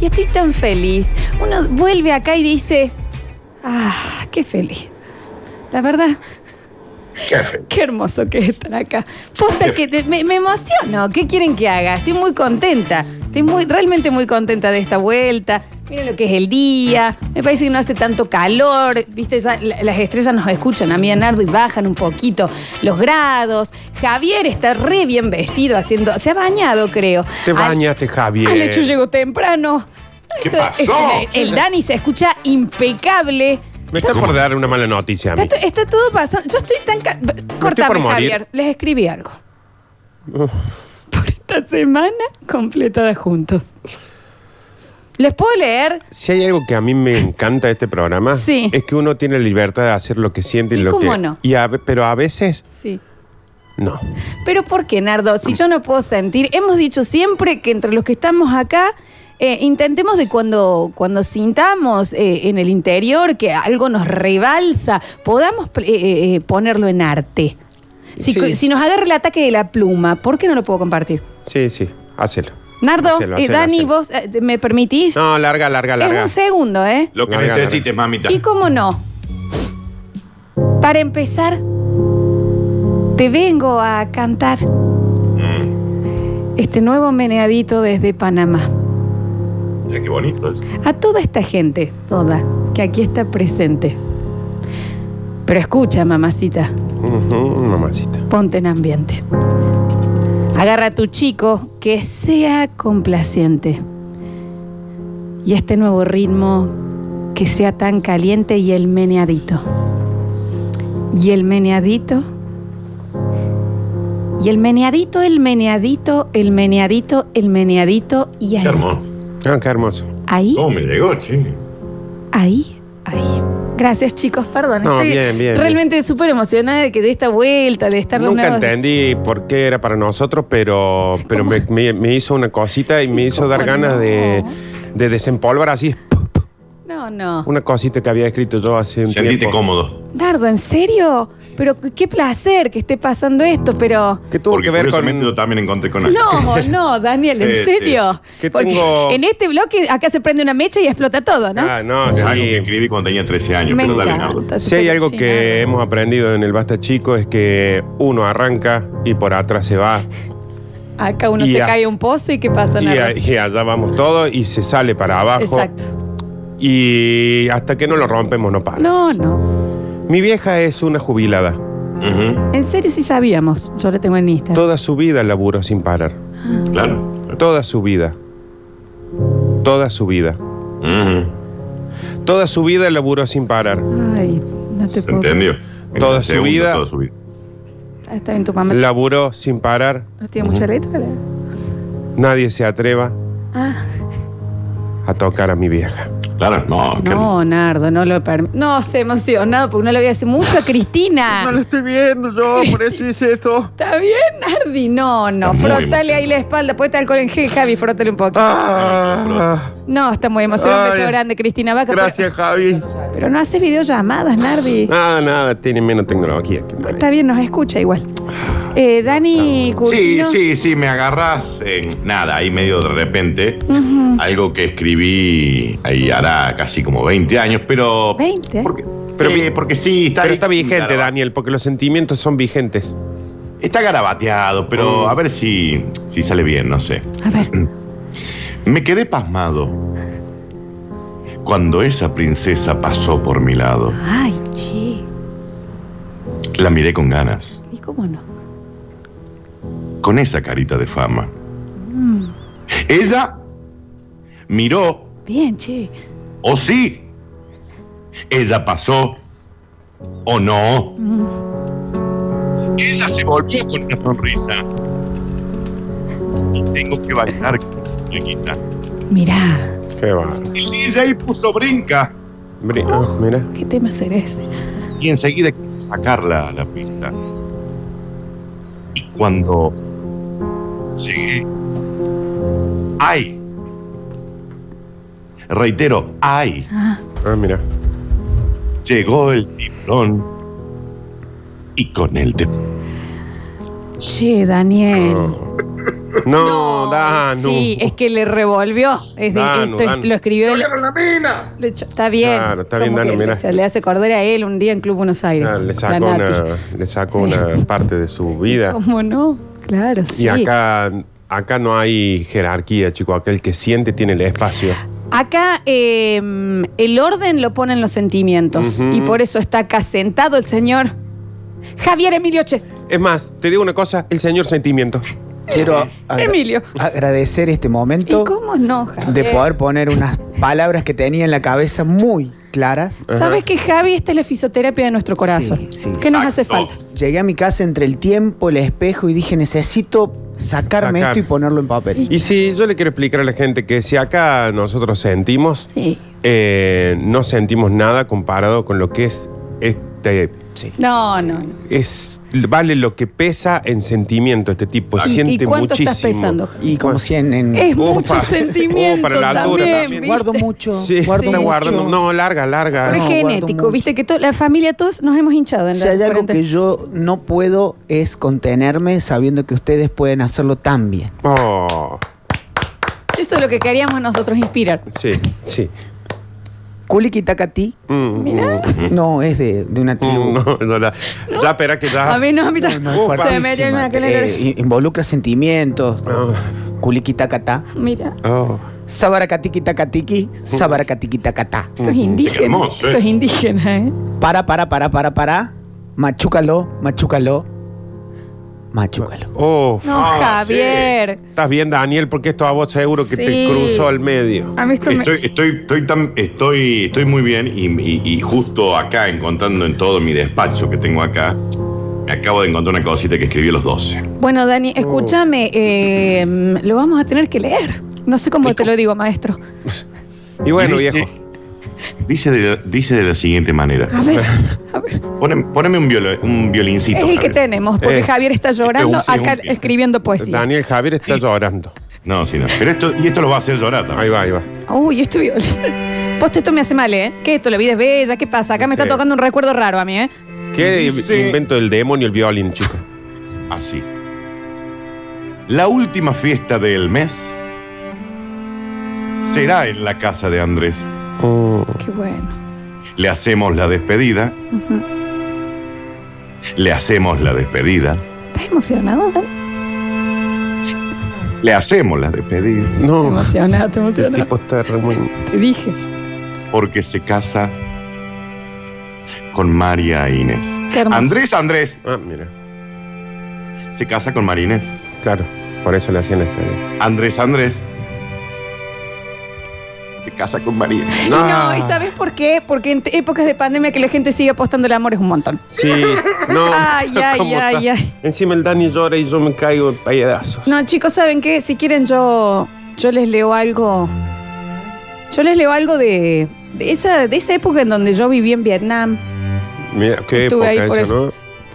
Y estoy tan feliz. Uno vuelve acá y dice, ah, qué feliz. La verdad, Qué feo. qué hermoso que es estar acá. Posta que me, me emociono. ¿Qué quieren que haga? Estoy muy contenta. Estoy muy, realmente muy contenta de esta vuelta. Miren lo que es el día. Me parece que no hace tanto calor. Viste, ya la- las estrellas nos escuchan a mí, a Nardo, y bajan un poquito los grados. Javier está re bien vestido haciendo. Se ha bañado, creo. Te Al- bañaste, Javier. Alechu llegó temprano. ¿Qué Esto pasó? es una- el Dani se escucha impecable. Me está por dar una mala noticia a mí. Está, to- está todo pasando. Yo estoy tan. ca- Cortame, por morir. Javier. Les escribí algo. Por esta semana completada juntos. ¿Les puedo leer? Si hay algo que a mí me encanta de este programa, Sí. es que uno tiene libertad de hacer lo que siente y, ¿Y lo cómo que. no? Y a ve- pero a veces, Sí. no. Pero ¿por qué, Nardo? Si yo no puedo sentir, hemos dicho siempre que entre los que estamos acá, eh, intentemos de cuando, cuando sintamos eh, en el interior que algo nos rebalsa, podamos pl- eh, eh, ponerlo en arte. Si, Sí. si nos agarra el ataque de la pluma, ¿por qué no lo puedo compartir? Sí, sí, hacelo. Nardo, Hacelo, eh, hacelo, Dani, hacelo. vos eh, me permitís. No, larga, larga, es larga. un segundo, ¿eh? Lo que Larga, necesites, mamita. ¿Y cómo no? Para empezar, te vengo a cantar este nuevo meneadito desde Panamá. Mira qué bonito es. A toda esta gente, toda, que aquí está presente. Pero escucha, mamacita, Ujú, mamacita. ponte en ambiente. Agarra a tu chico que sea complaciente. Y este nuevo ritmo que sea tan caliente y el meneadito. Y el meneadito. Y el meneadito, el meneadito, el meneadito, el meneadito. Y Qué ahí, hermoso. Ah, qué hermoso. ahí, ¿Cómo me llegó, che? ahí, ahí. Gracias chicos, perdón. No, estoy bien, bien, Realmente súper emocionada de que de esta vuelta, de estar de Nunca nuevo- entendí por qué era para nosotros, pero, pero me, me- me hizo una cosita y me hizo dar ¿Cómo ganas no? de, de desempolvar así No, no. una cosita que había escrito yo hace un Sentite tiempo. cómodo. Dardo, ¿en serio? Pero qué- qué placer que esté pasando esto, pero... ¿Qué tuvo Porque que ver con...? curiosamente yo también encontré con alguien. No, no, Daniel, ¿en Sí, sí, serio? sí. Que Porque tengo- en este bloque acá se prende una mecha y explota todo, ¿no? Ah, no, Es sí. algo que escribí cuando tenía 13 años, Me pero dale, Nardo. encanta. Si hay algo que Fascinante. hemos aprendido en el Basta Chico es que uno arranca y por atrás se va. Acá uno Y se a- cae a un pozo y ¿qué pasa? Y, Nardo? a- y allá vamos todos y se sale para abajo. Exacto. Y hasta que no lo rompemos no para. No, no. Mi vieja es una jubilada. Ujú, En serio sí sabíamos. Yo lo tengo en Instagram. Toda su vida laburó sin parar. Claro. Toda su vida. Toda su vida. Ujú, Toda su vida laburó sin parar. Ay, no te ¿Se puedo. entendió? Toda su Segundo, vida. Toda su vida. Ah, Está bien tu mamá. Laburó sin parar. No tiene mucha letra. la- Nadie se atreva Ah, a tocar a mi vieja. Claro, no. qué- no, Nardo, no lo permito. No, se emocionado porque no lo vi hace mucho a Cristina. estoy viendo yo, por eso hice esto. Está bien, Nardi. No, no. Está muy Frótale ahí emocionado. la espalda. Ponete alcohol en gel, Javi. Frótale un poco. Ah, No, está muy emocionado. Un Ay. beso grande, Cristina Vaca. gracias, Javi. Pero, pero no hace videollamadas, Nardi. Nada, nada, tiene menos tecnología que nadie. Está bien, nos escucha igual. Eh, Dani Sí, Curtino. sí, sí, me agarras en nada, ahí medio de repente. Algo que escribí ahí hará casi como 20 años, pero. 20. Porque, pero Sí. bien, porque sí, está Pero ahí- está vigente, garaba- Daniel, porque los sentimientos son vigentes. Está garabateado, pero Mm. a ver si, si sale bien, no sé. A ver. Me quedé pasmado cuando esa princesa pasó por mi lado. Ay, che. La miré con ganas, ¿Y cómo no? con esa carita de fama. Mm. Ella miró Bien, che. o sí. Ella pasó o no. Mm. Ella se volvió con una sonrisa. Y tengo que bailar con esa muñequita. Mirá. Qué va. El DJ puso brinca Bri- Oh. ah, mira. ¿Qué tema será ese? y enseguida quise sacarla a la pista. Y cuando llegué, ¡ay! Reitero, ¡ay! Ah, Ah, mira. Llegó el tiburón y con él te che, Daniel. Oh. No, Danu. Sí, es que le revolvió. Es de- Danu, esto es- Danu. Lo escribió él. ¡Sacaron la mina! Le echó- Está bien. Claro, está bien, Como Danu, que mirá. le- Se le hace acordar a él un día en Club Buenos Aires. Ah, le La sacó Nati. una, le sacó una parte de su vida. ¿Cómo no? Claro, sí. Y acá, acá no hay jerarquía, chico. Aquel que siente tiene el espacio. Acá eh, el orden lo ponen los sentimientos. Ujú. Y por eso está acá sentado el señor Javier Emilio Chesa. Es más, te digo una cosa, el señor sentimiento. Quiero agra- Emilio. agradecer este ¿Y momento cómo no, Javier? de poder poner unas palabras que tenía en la cabeza muy claras. Sabes que Javi esta es la fisioterapia de nuestro corazón. Sí, sí, ¿Qué sí. Oh. nos hace Exacto. falta? Llegué a mi casa entre el tiempo, el espejo y dije, necesito sacarme Sacar. esto y ponerlo en papel. Y si yo le quiero explicar a la gente que si acá nosotros sentimos, Sí. eh, no sentimos nada comparado con lo que es este. Sí. No, no, no. Es, vale lo que pesa en sentimiento este tipo. ¿Y- Siente y cuánto muchísimo. Mm. estás pesando, Javi? Y Pues, como si en... en- Es Upa. mucho sentimiento Oh, para la altura también, también. ¿viste? guardo mucho, Sí, guardo está mucho. guardando. No, larga, larga. Pero es No, guardo genético, mucho. viste que to- la familia todos nos hemos hinchado. En Si la hay algo que cuarentena. yo no puedo es contenerme sabiendo que ustedes pueden hacerlo tan bien. Oh, Eso es lo que queríamos nosotros inspirar. sí, sí. Kuliki Takati Mm, Mirá. no es de, de una mm, tribu. no, no, la- Ya, espera que ya. A mí no, a mí también. Uh, No, es se me fuertísima. metió en aquel Eh, in- involucra sentimientos. Ah. Kuliki Takata. Mira, Oh. Sabaracatiqui tacatiqui, sabaracatiqui tacatá. esto es indígena. hermoso, esto es eh. indígena, ¿eh? Para, para, para, para, para. Machúcalo, machúcalo, machúcalo. Oh. No, Ah, Javier. Estás bien, Daniel, porque esto a vos seguro que Sí. te cruzó al medio. A mí esto me- Estoy, estoy, estoy, tan- estoy, estoy muy bien y, y- y justo acá, encontrando en todo mi despacho que tengo acá, me acabo de encontrar una cosita que escribí a los 12. Bueno, Dani, Oh. escúchame, eh, lo vamos a tener que leer. No sé cómo te lo digo, maestro. Y bueno, Y dice- viejo. Ah. Dice de, dice de la siguiente manera. A ver, a ver. Poneme, poneme un, violo- un violincito. Es el que Javier. tenemos, porque Es- Javier está llorando es un- acá es un- escribiendo poesía. Daniel Javier está llorando. No, sí, no. Pero esto, y esto lo va a hacer llorar también. Ahí va, ahí va. Uy, esto Poste, esto me hace mal, ¿eh? ¿Qué esto? La vida es bella, ¿qué pasa? Acá me Sí. está tocando un recuerdo raro a mí, ¿eh? ¿Qué Dice- invento del demonio el violín, chico? Así. La última fiesta del mes será en la casa de Andrés. Qué bueno. Le hacemos la despedida. Le hacemos la despedida. ¿Estás emocionado, Dani? Le hacemos la despedida. No, Emocionado, estoy el emocionado. tipo está re muy... Te dije. Porque se casa con María Inés. Qué hermoso. Andrés Andrés Ah, mira. se casa con María Inés. Claro, por eso le hacían esperar. Andrés Andrés se casa con María. Y Ah. No, ¿y sabes por qué? Porque en te- épocas de pandemia que la gente sigue apostando el amor es un montón. Sí, no. Ay, ay, Oh, ¿cómo ay, está? ay. Encima el Dani llora y yo me caigo a pedazos. No, chicos, ¿saben qué? Si quieren yo, yo les leo algo. Yo les leo algo de, de esa, de esa época en donde yo viví en Vietnam. Mira, qué Estuve época ahí por esa, el- ¿no?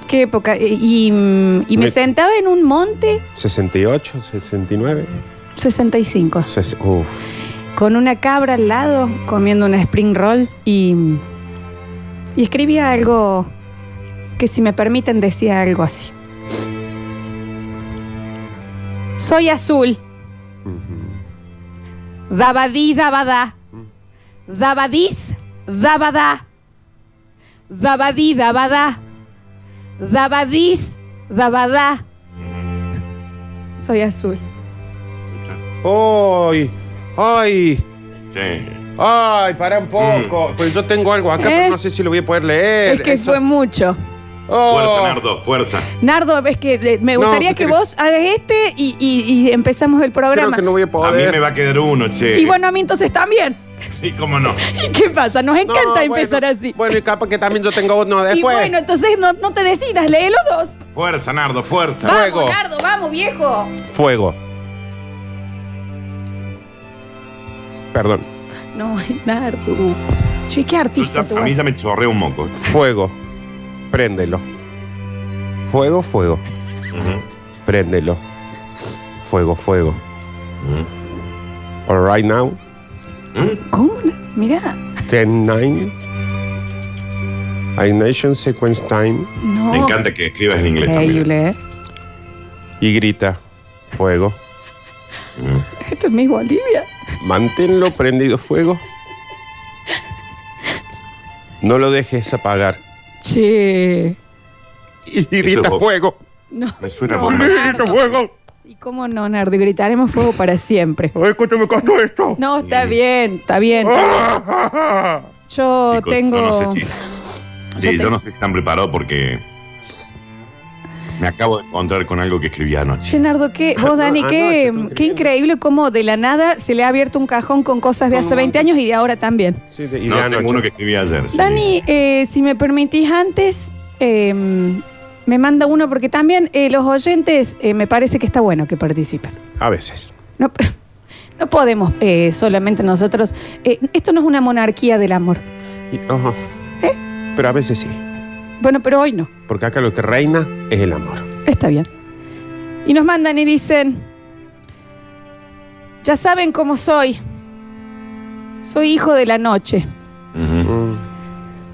¿Qué época? Y, y- mm, y me Me- sentaba en un monte 68, 69. 65. ses- Uf. con una cabra al lado comiendo una spring roll y, y escribía algo que si me permiten decía algo así. Soy azul. Dabadí, dabadá. Dabadís, dabadá. Dabadí, dabadá. Dabadís, dabadá. Soy azul. ¡Ay! ¡Ay! Sí. ¡Ay! Para un poco. Mm. Pues yo tengo algo acá, ¿Eh? pero no sé si lo voy a poder leer. Es que Eh, Eso- fue mucho. Oh. Fuerza, Nardo, fuerza. Nardo, ves que le- me gustaría No, que creo- vos hagas este y, y- y empezamos el Creo programa. que no voy a A poder. mí me va a quedar uno, che. Y bueno, a mí entonces también. Sí, cómo no. ¿Y qué pasa? Nos No, encanta bueno, empezar así. Bueno, y capaz que también yo tengo uno y después. bueno, entonces no, no te decidas, lee los dos. Fuerza, Nardo, fuerza. Vamos, Luego. Nardo, vamos, viejo. Fuego. Perdón. No, Nardo. Che, qué Yo artista ya- tú a mí vas. ya me chorré un moco. Fuego. Préndelo. Fuego, fuego. Préndelo. Fuego, fuego. All right now. ¿Cómo? Mirá. 10, 9. Ignition sequence time. No. Me encanta que escribas en inglés también. Increíble, ¿eh? Y grita. Fuego, Esto es Miss Bolivia. Manténlo prendido fuego. No lo dejes apagar. Che. Y grita Eso- fuego. No. Me suena no, por mal. Grita Nardo. fuego. ¿Y cómo no, Nardo? Gritaremos fuego para siempre. Ay, ¿cuánto me costó esto? No, está bien, está bien. Ah, ah, ah. Yo Chicos, tengo. Yo no sé si. Sí, tengo- yo no sé si están preparados porque. Me acabo de encontrar con algo que escribí Che, anoche. Nardo, ¿qué? vos, No, Dani, qué, anoche, tú qué increíble cómo de la nada se le ha abierto un cajón con cosas de Con un hace 20 años montón. y de ahora también. Sí, de- y No, de tengo anoche. uno que escribí ayer. sí. Dani, eh, si me permitís antes, eh, me manda uno porque también eh, los oyentes eh, me parece que está bueno que participen. A veces. No, no podemos eh, solamente nosotros. eh, esto no es una monarquía del amor. Y- ajá. Pero a veces sí. Bueno, pero hoy no. Porque acá lo que reina es el amor. Está bien. Y nos mandan y dicen, ya saben cómo soy. Soy hijo de la noche. Ujú. Mm.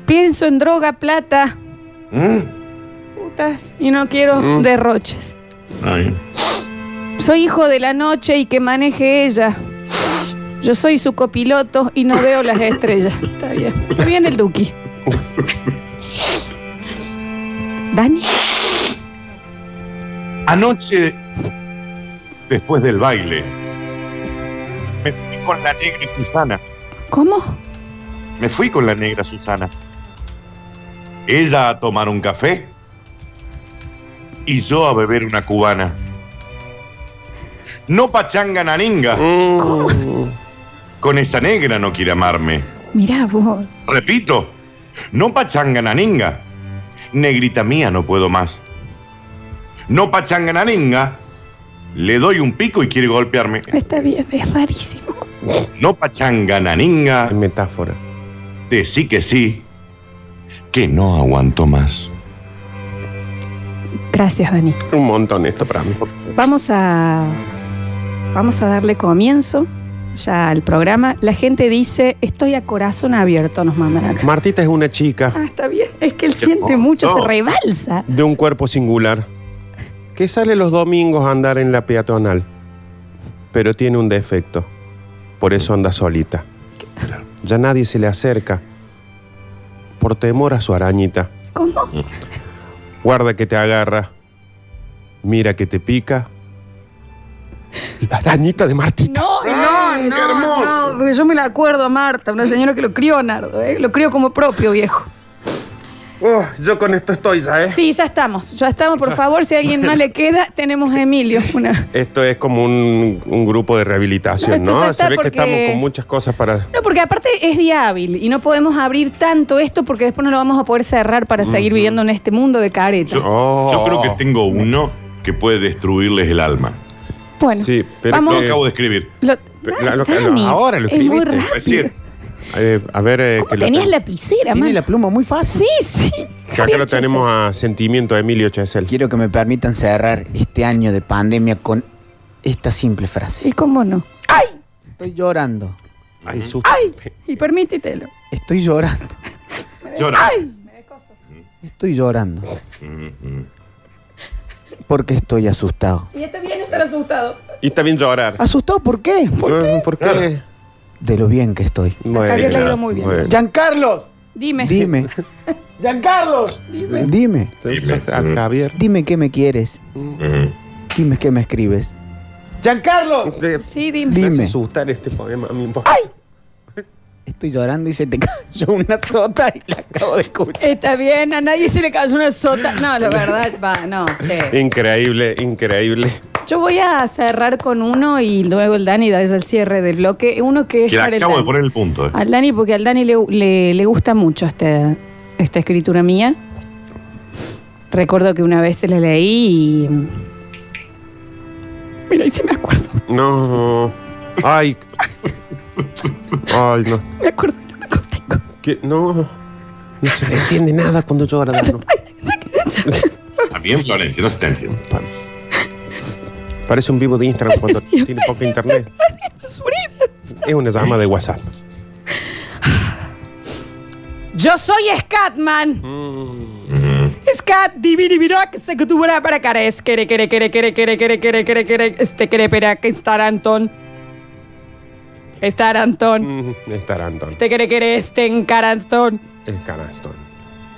Pienso en droga, plata, Mm. putas, y no quiero Mm. derroches. Ay. Soy hijo de la noche y que maneje ella. Yo soy su copiloto y no veo las estrellas. Está bien. Está bien el Duki. Dani. Anoche, después del baile, me fui con la negra Susana. ¿Cómo? Me fui con la negra Susana. Ella a tomar un café y yo a beber una cubana. No pachanga naninga, Mm. con esa negra no quiere amarme. Mirá vos. Repito, no pachanga naninga, negrita mía no puedo más. No pachanga naninga, le doy un pico y quiere golpearme. Está bien. Es rarísimo. No pachanga naninga, Hay metáfora. de sí que sí, que no aguanto más. Gracias, Dani. Un montón esto para mí. Vamos a. Vamos a darle comienzo ya al programa. La gente dice, estoy a corazón abierto, nos mandan acá. Martita es una chica Ah, está bien. Es que él Qué siente mucho, hermoso. se rebalsa. de un cuerpo singular que sale los domingos a andar en la peatonal, pero tiene un defecto. Por eso anda solita. Ya nadie se le acerca por temor a su arañita. ¿Cómo? Guarda que te agarra. Mira que te pica. La arañita de Martita. No, no, ¡Ah, qué no, hermoso! no, porque yo me la acuerdo a Marta, una señora que lo crió, Nardo, ¿eh? lo crió como propio, viejo. Oh, yo con esto estoy ya, ¿eh? Sí, ya estamos, ya estamos, por favor, si a alguien más le queda, tenemos a Emilio. Una... Esto es como un, un grupo de rehabilitación, No, esto ¿no? ya está Se ve porque- que estamos con muchas cosas para... No, porque aparte es día hábil y no podemos abrir tanto esto porque después no lo vamos a poder cerrar para seguir viviendo en este mundo de caretas. Yo, Oh. yo creo que tengo uno que puede destruirles el alma. Bueno, Sí, pero Lo vamos... que- acabo de escribir. lo- Pero Ah, lo que- lo- Dani, ahora lo es muy escribiste. rápido. Recién. Eh, a ver... eh, ¿Cómo que lo tenías ten- lapicera, Tiene man? la pluma muy fácil. Sí, sí. Que acá Javier lo tenemos a Sentimiento de Emilio Chesel. Quiero que me permitan cerrar este año de pandemia con esta simple Chesel. frase. ¿Y cómo no? Estoy llorando. Ay, susto. Y permítitelo. Estoy llorando. Llora. Estoy llorando. Mm, mm. Porque estoy asustado. Y está bien estar asustado. Y está bien llorar. Ah, ¿Asustado por qué? ¿Por qué? ¿Por qué? Claro. De lo bien que estoy. Bueno, Javier lo dio muy bien. bueno. ¡Giancarlos! Dime. Dime. ¡Giancarlos! Dime. Entonces, a Javier. Dime qué me quieres. Mm. Dime qué me escribes. ¡Giancarlos! Sí, dime. Me hace Dime. asustar este poema a mí. Estoy llorando y se te cayó una sota y la acabo de escuchar. Está bien, a nadie se le cayó una sota. No, la verdad, va, no, che. Increíble, increíble. Yo voy a cerrar con uno y luego el Dani da el cierre del bloque. Uno que es Que le para el acabo de Dani. poner el punto. eh. Al Dani, porque al Dani le, le- le gusta mucho este- esta escritura mía. Recuerdo que una vez se la leí y. Mira, y sí me acuerdo. No. Ay. Ay, no. Me acuerdo, no me contengo. Que- No. No se le entiende nada cuando llora. Dano. Está bien, Florencia, no se te entiende. Pa- Parece un vivo de Instagram cuando tiene poco internet. Es una llama de WhatsApp. Yo soy Scatman. Mm. Es Cat, divinibirac, se que tuvera para cares, quere, quere, quere, quere, quere, quere, quere, quere, quere, este quere, pera, que estar Antón. Estar Antón. Mm, es Tarantón. Este quere, quere, este en Carantón. Es Canastón.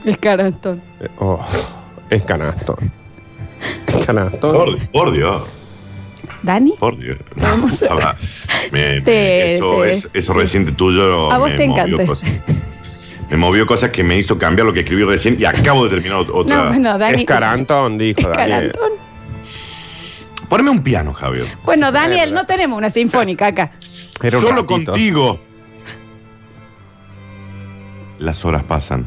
Es Carantón. Eh, oh, es Canastón. Es Canastón. Por, por Dios, ¿Dani? por Dios. Vamos a- Estaba- me- Te- eso te- es- eso reciente tuyo. A vos me te movió encanta cosas. Me movió cosas que me hizo cambiar lo que escribí recién y acabo de terminar ot- otra. No, bueno, Dani. Es Carantón, dijo Es Daniel. Carantón. Poneme un piano, Javier. Bueno, Daniel, no tenemos una sinfónica acá. Era un Solo ratito. contigo. Las horas pasan.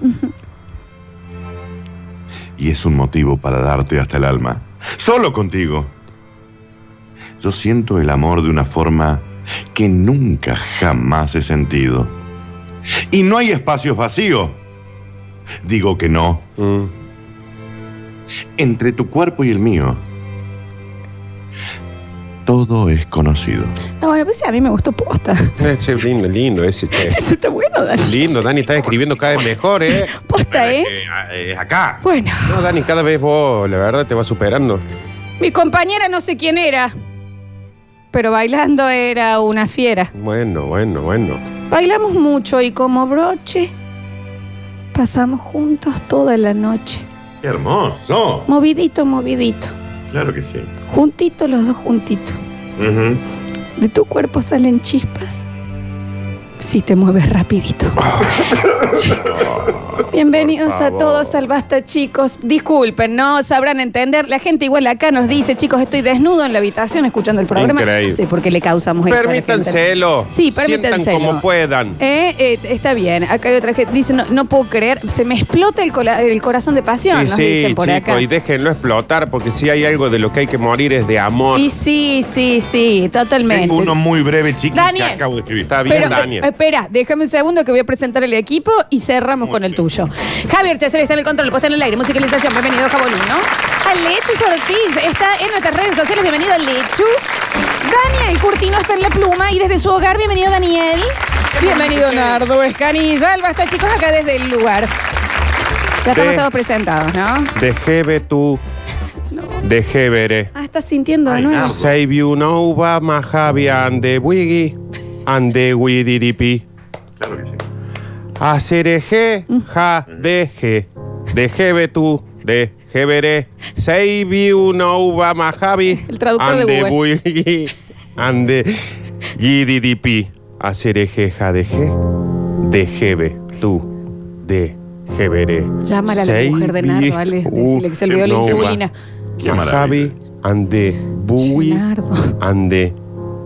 y es un motivo para darte hasta el alma. Solo contigo. Yo siento el amor de una forma que nunca jamás he sentido. Y no hay espacios vacíos. Digo que no. Mm. Entre tu cuerpo y el mío. Todo es conocido. No, bueno, pues sí, a mí me gustó posta. Eh, che, lindo, lindo ese, che. Eso está bueno, Dani. Lindo, Dani, estás escribiendo cada vez mejor, ¿eh? Posta, ¿eh? Eh, eh, acá. Bueno, No, Dani, cada vez vos, la verdad, te vas superando. mi compañera no sé quién era, pero bailando era una fiera. Bueno, bueno, bueno. Bailamos mucho y como broche pasamos juntos toda la noche. Qué hermoso. Movidito, movidito. Claro que sí. Juntito los dos juntitos. Ujú. De tu cuerpo salen chispas. Si te mueves rapidito. Bienvenidos Ah, a Por favor. todos al Basta, chicos. Disculpen, no sabrán entender. La gente igual acá nos dice, chicos, estoy desnudo en la habitación escuchando el programa. Increíble. No sé por qué le causamos eso a la gente. Permítanselo. Sí, Sientan permítanselo. como puedan. Eh, eh, está bien, acá hay otra gente. Dice, no, no puedo creer, se me explota el, cola- el corazón de pasión, Y nos sí, dicen por chico, acá. y déjenlo explotar, porque si hay algo de lo que hay que morir es de amor. Y sí, sí, sí, totalmente. Tengo uno muy breve, chico, que Daniel. acabo de escribir. Está bien, Pero, Daniel. eh, espera, déjame un segundo que voy a presentar el equipo y cerramos Muy con el bien. tuyo. Javier Chesel está en el control, puesta en el aire, musicalización, bienvenido Jabolino. Alechus Ortiz está en nuestras redes sociales, bienvenido Alechus. Daniel Curtino está en la pluma y desde su hogar, bienvenido Daniel. Bienvenido Nardo Escanilla, el basta chicos acá desde el lugar. Ya estamos Sí. todos presentados, ¿no? Dejebe tú. Dejé veré. Ah, estás sintiendo de Ay, nuevo. Nardo. Save you Nova, Mahavi, and the Wiggy, and the Widiripi. Claro que sí. Acereje, Mm. ja, deje. Dejebe tú, deje veré. Save you Nova, Mahavi. El traductor de and the Google. Wiggy, and the Widiripi. Acereje, ja, deje. Dejebe tú, deje veré. Llámala a la Save mujer de Nardo, you Ale, decile que se olvidó la Nova, insulina. Qué Mahavi, maravilla. and the Bui, Nardo. and the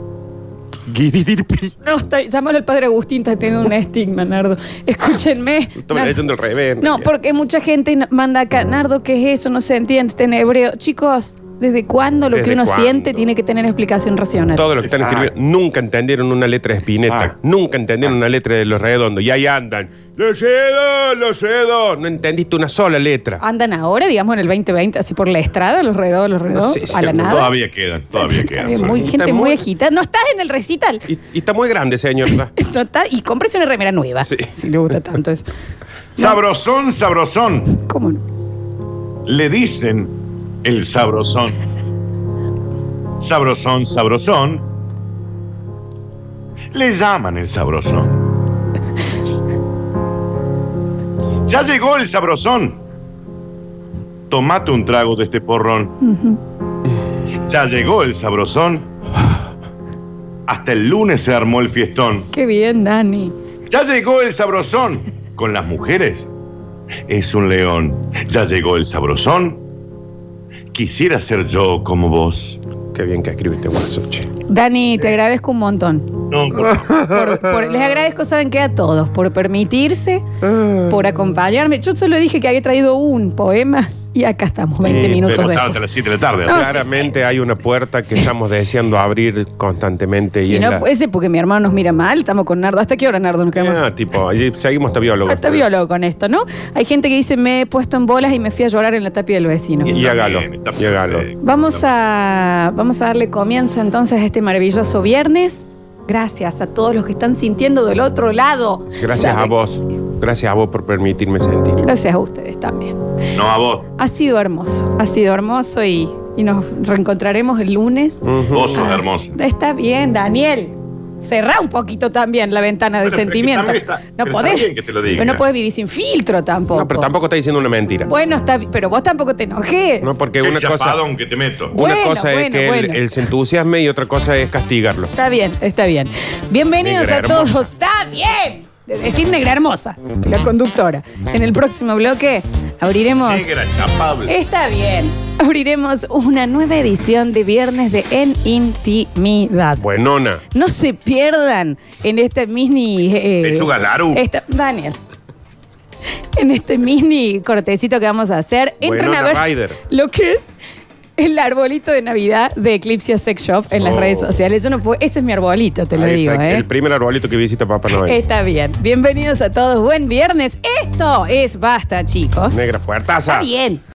Guididirpi. No, está, llámalo al padre Agustín, está teniendo un estigma, Nardo. Escúchenme. Estaba Nardo. leyendo al revés. en No, realidad. porque mucha gente no- manda acá, Mm. Nardo, ¿qué es eso? No se entiende, está en hebreo. Chicos, ¿desde cuándo lo que ¿Desde uno cuándo? siente tiene que tener explicación racional? Todo lo que están Exacto. escribiendo, nunca entendieron una letra de Spinetta, Exacto. nunca entendieron Exacto. una letra de Los Redondos, y ahí andan. ¡Los Redondos, los Redondos! No entendiste una sola letra. ¿Andan ahora, digamos, en el 2020, así por la estrada, los redos, los redos, sé, a la seguro. nada? Todavía quedan, todavía Está quedan. bien, muy, Está gente muy muy- agitada. No estás en el recital. Y, y está muy grande, señor. No está- y cómprese una remera nueva, Sí. si le gusta tanto eso. Sabrosón, sabrosón. ¿Cómo no? Le dicen el sabrosón. Sabrosón, sabrosón. Le llaman el sabrosón. Ya llegó el sabrosón. Tomate un trago de este porrón. Ya llegó el sabrosón. Hasta el lunes se armó el fiestón. Qué bien, Dani. Ya llegó el sabrosón con las mujeres. Es un león. Ya llegó el sabrosón. Quisiera ser yo como vos. Qué bien que escribiste, Guaso, Ah, che. Dani, te agradezco un montón. No, por- Por- por- les agradezco, saben que a todos, por permitirse, por Ah. acompañarme. Yo solo dije que había traído un poema y acá estamos, 20 Sí, minutos pero sábado a después. las 7 de la tarde. No, Claramente hay una puerta que estamos deseando abrir constantemente. y Si es no la- fuese porque mi hermano nos mira mal, estamos con Nardo. ¿Hasta qué hora, Nardo? Nos quedamos? Ah, tipo, allí seguimos hasta biólogos. Hasta Ah, biólogo con esto, ¿no? Hay gente que dice, me he puesto en bolas y me fui a llorar en la tapia del vecino. Y hágalo, Está bien, y hágalo. está- Vamos a, vamos a darle comienzo entonces a este maravilloso viernes. Gracias a todos los que están sintiendo del otro lado. Gracias Saben- a vos. Gracias a vos por permitirme sentir. Gracias a ustedes también. No a vos. Ha sido hermoso, ha sido hermoso y, y nos reencontraremos el lunes. Ujú. Vos sos hermosa. Está bien, Daniel. Cerrá un poquito también la ventana del Bueno, pero que sentimiento. también está- no pero podés. está bien que te lo diga. Pero no podés vivir sin filtro tampoco. No, pero tampoco está diciendo una mentira. Bueno, está, bi- pero vos tampoco te enojes. No, porque Qué una cosa, chapadón que te meto. Bueno, una cosa es bueno, que él, bueno. él se entusiasme y otra cosa es castigarlo. Está bien, está bien. Bienvenidos Negra a todos. hermosa. Está bien. De decir negra hermosa, la conductora. En el próximo bloque abriremos. Negra chapable. Está bien. Abriremos una nueva edición de Viernes de En Intimidad. Buenona. No se pierdan en este mini. eh, Lechuga Laru. esta- Daniel. En este mini cortecito que vamos a hacer, entren Winona a ver Ryder. lo que es el arbolito de Navidad de Eclipse Sex Shop en las Oh. redes sociales. Yo no puedo- ese es mi arbolito, te lo Ahí digo, está, ¿eh? El primer arbolito que visita Papá Noel. Está bien. Bienvenidos a todos. Buen viernes. Esto es Basta, chicos. Negra fuertaza. Está bien.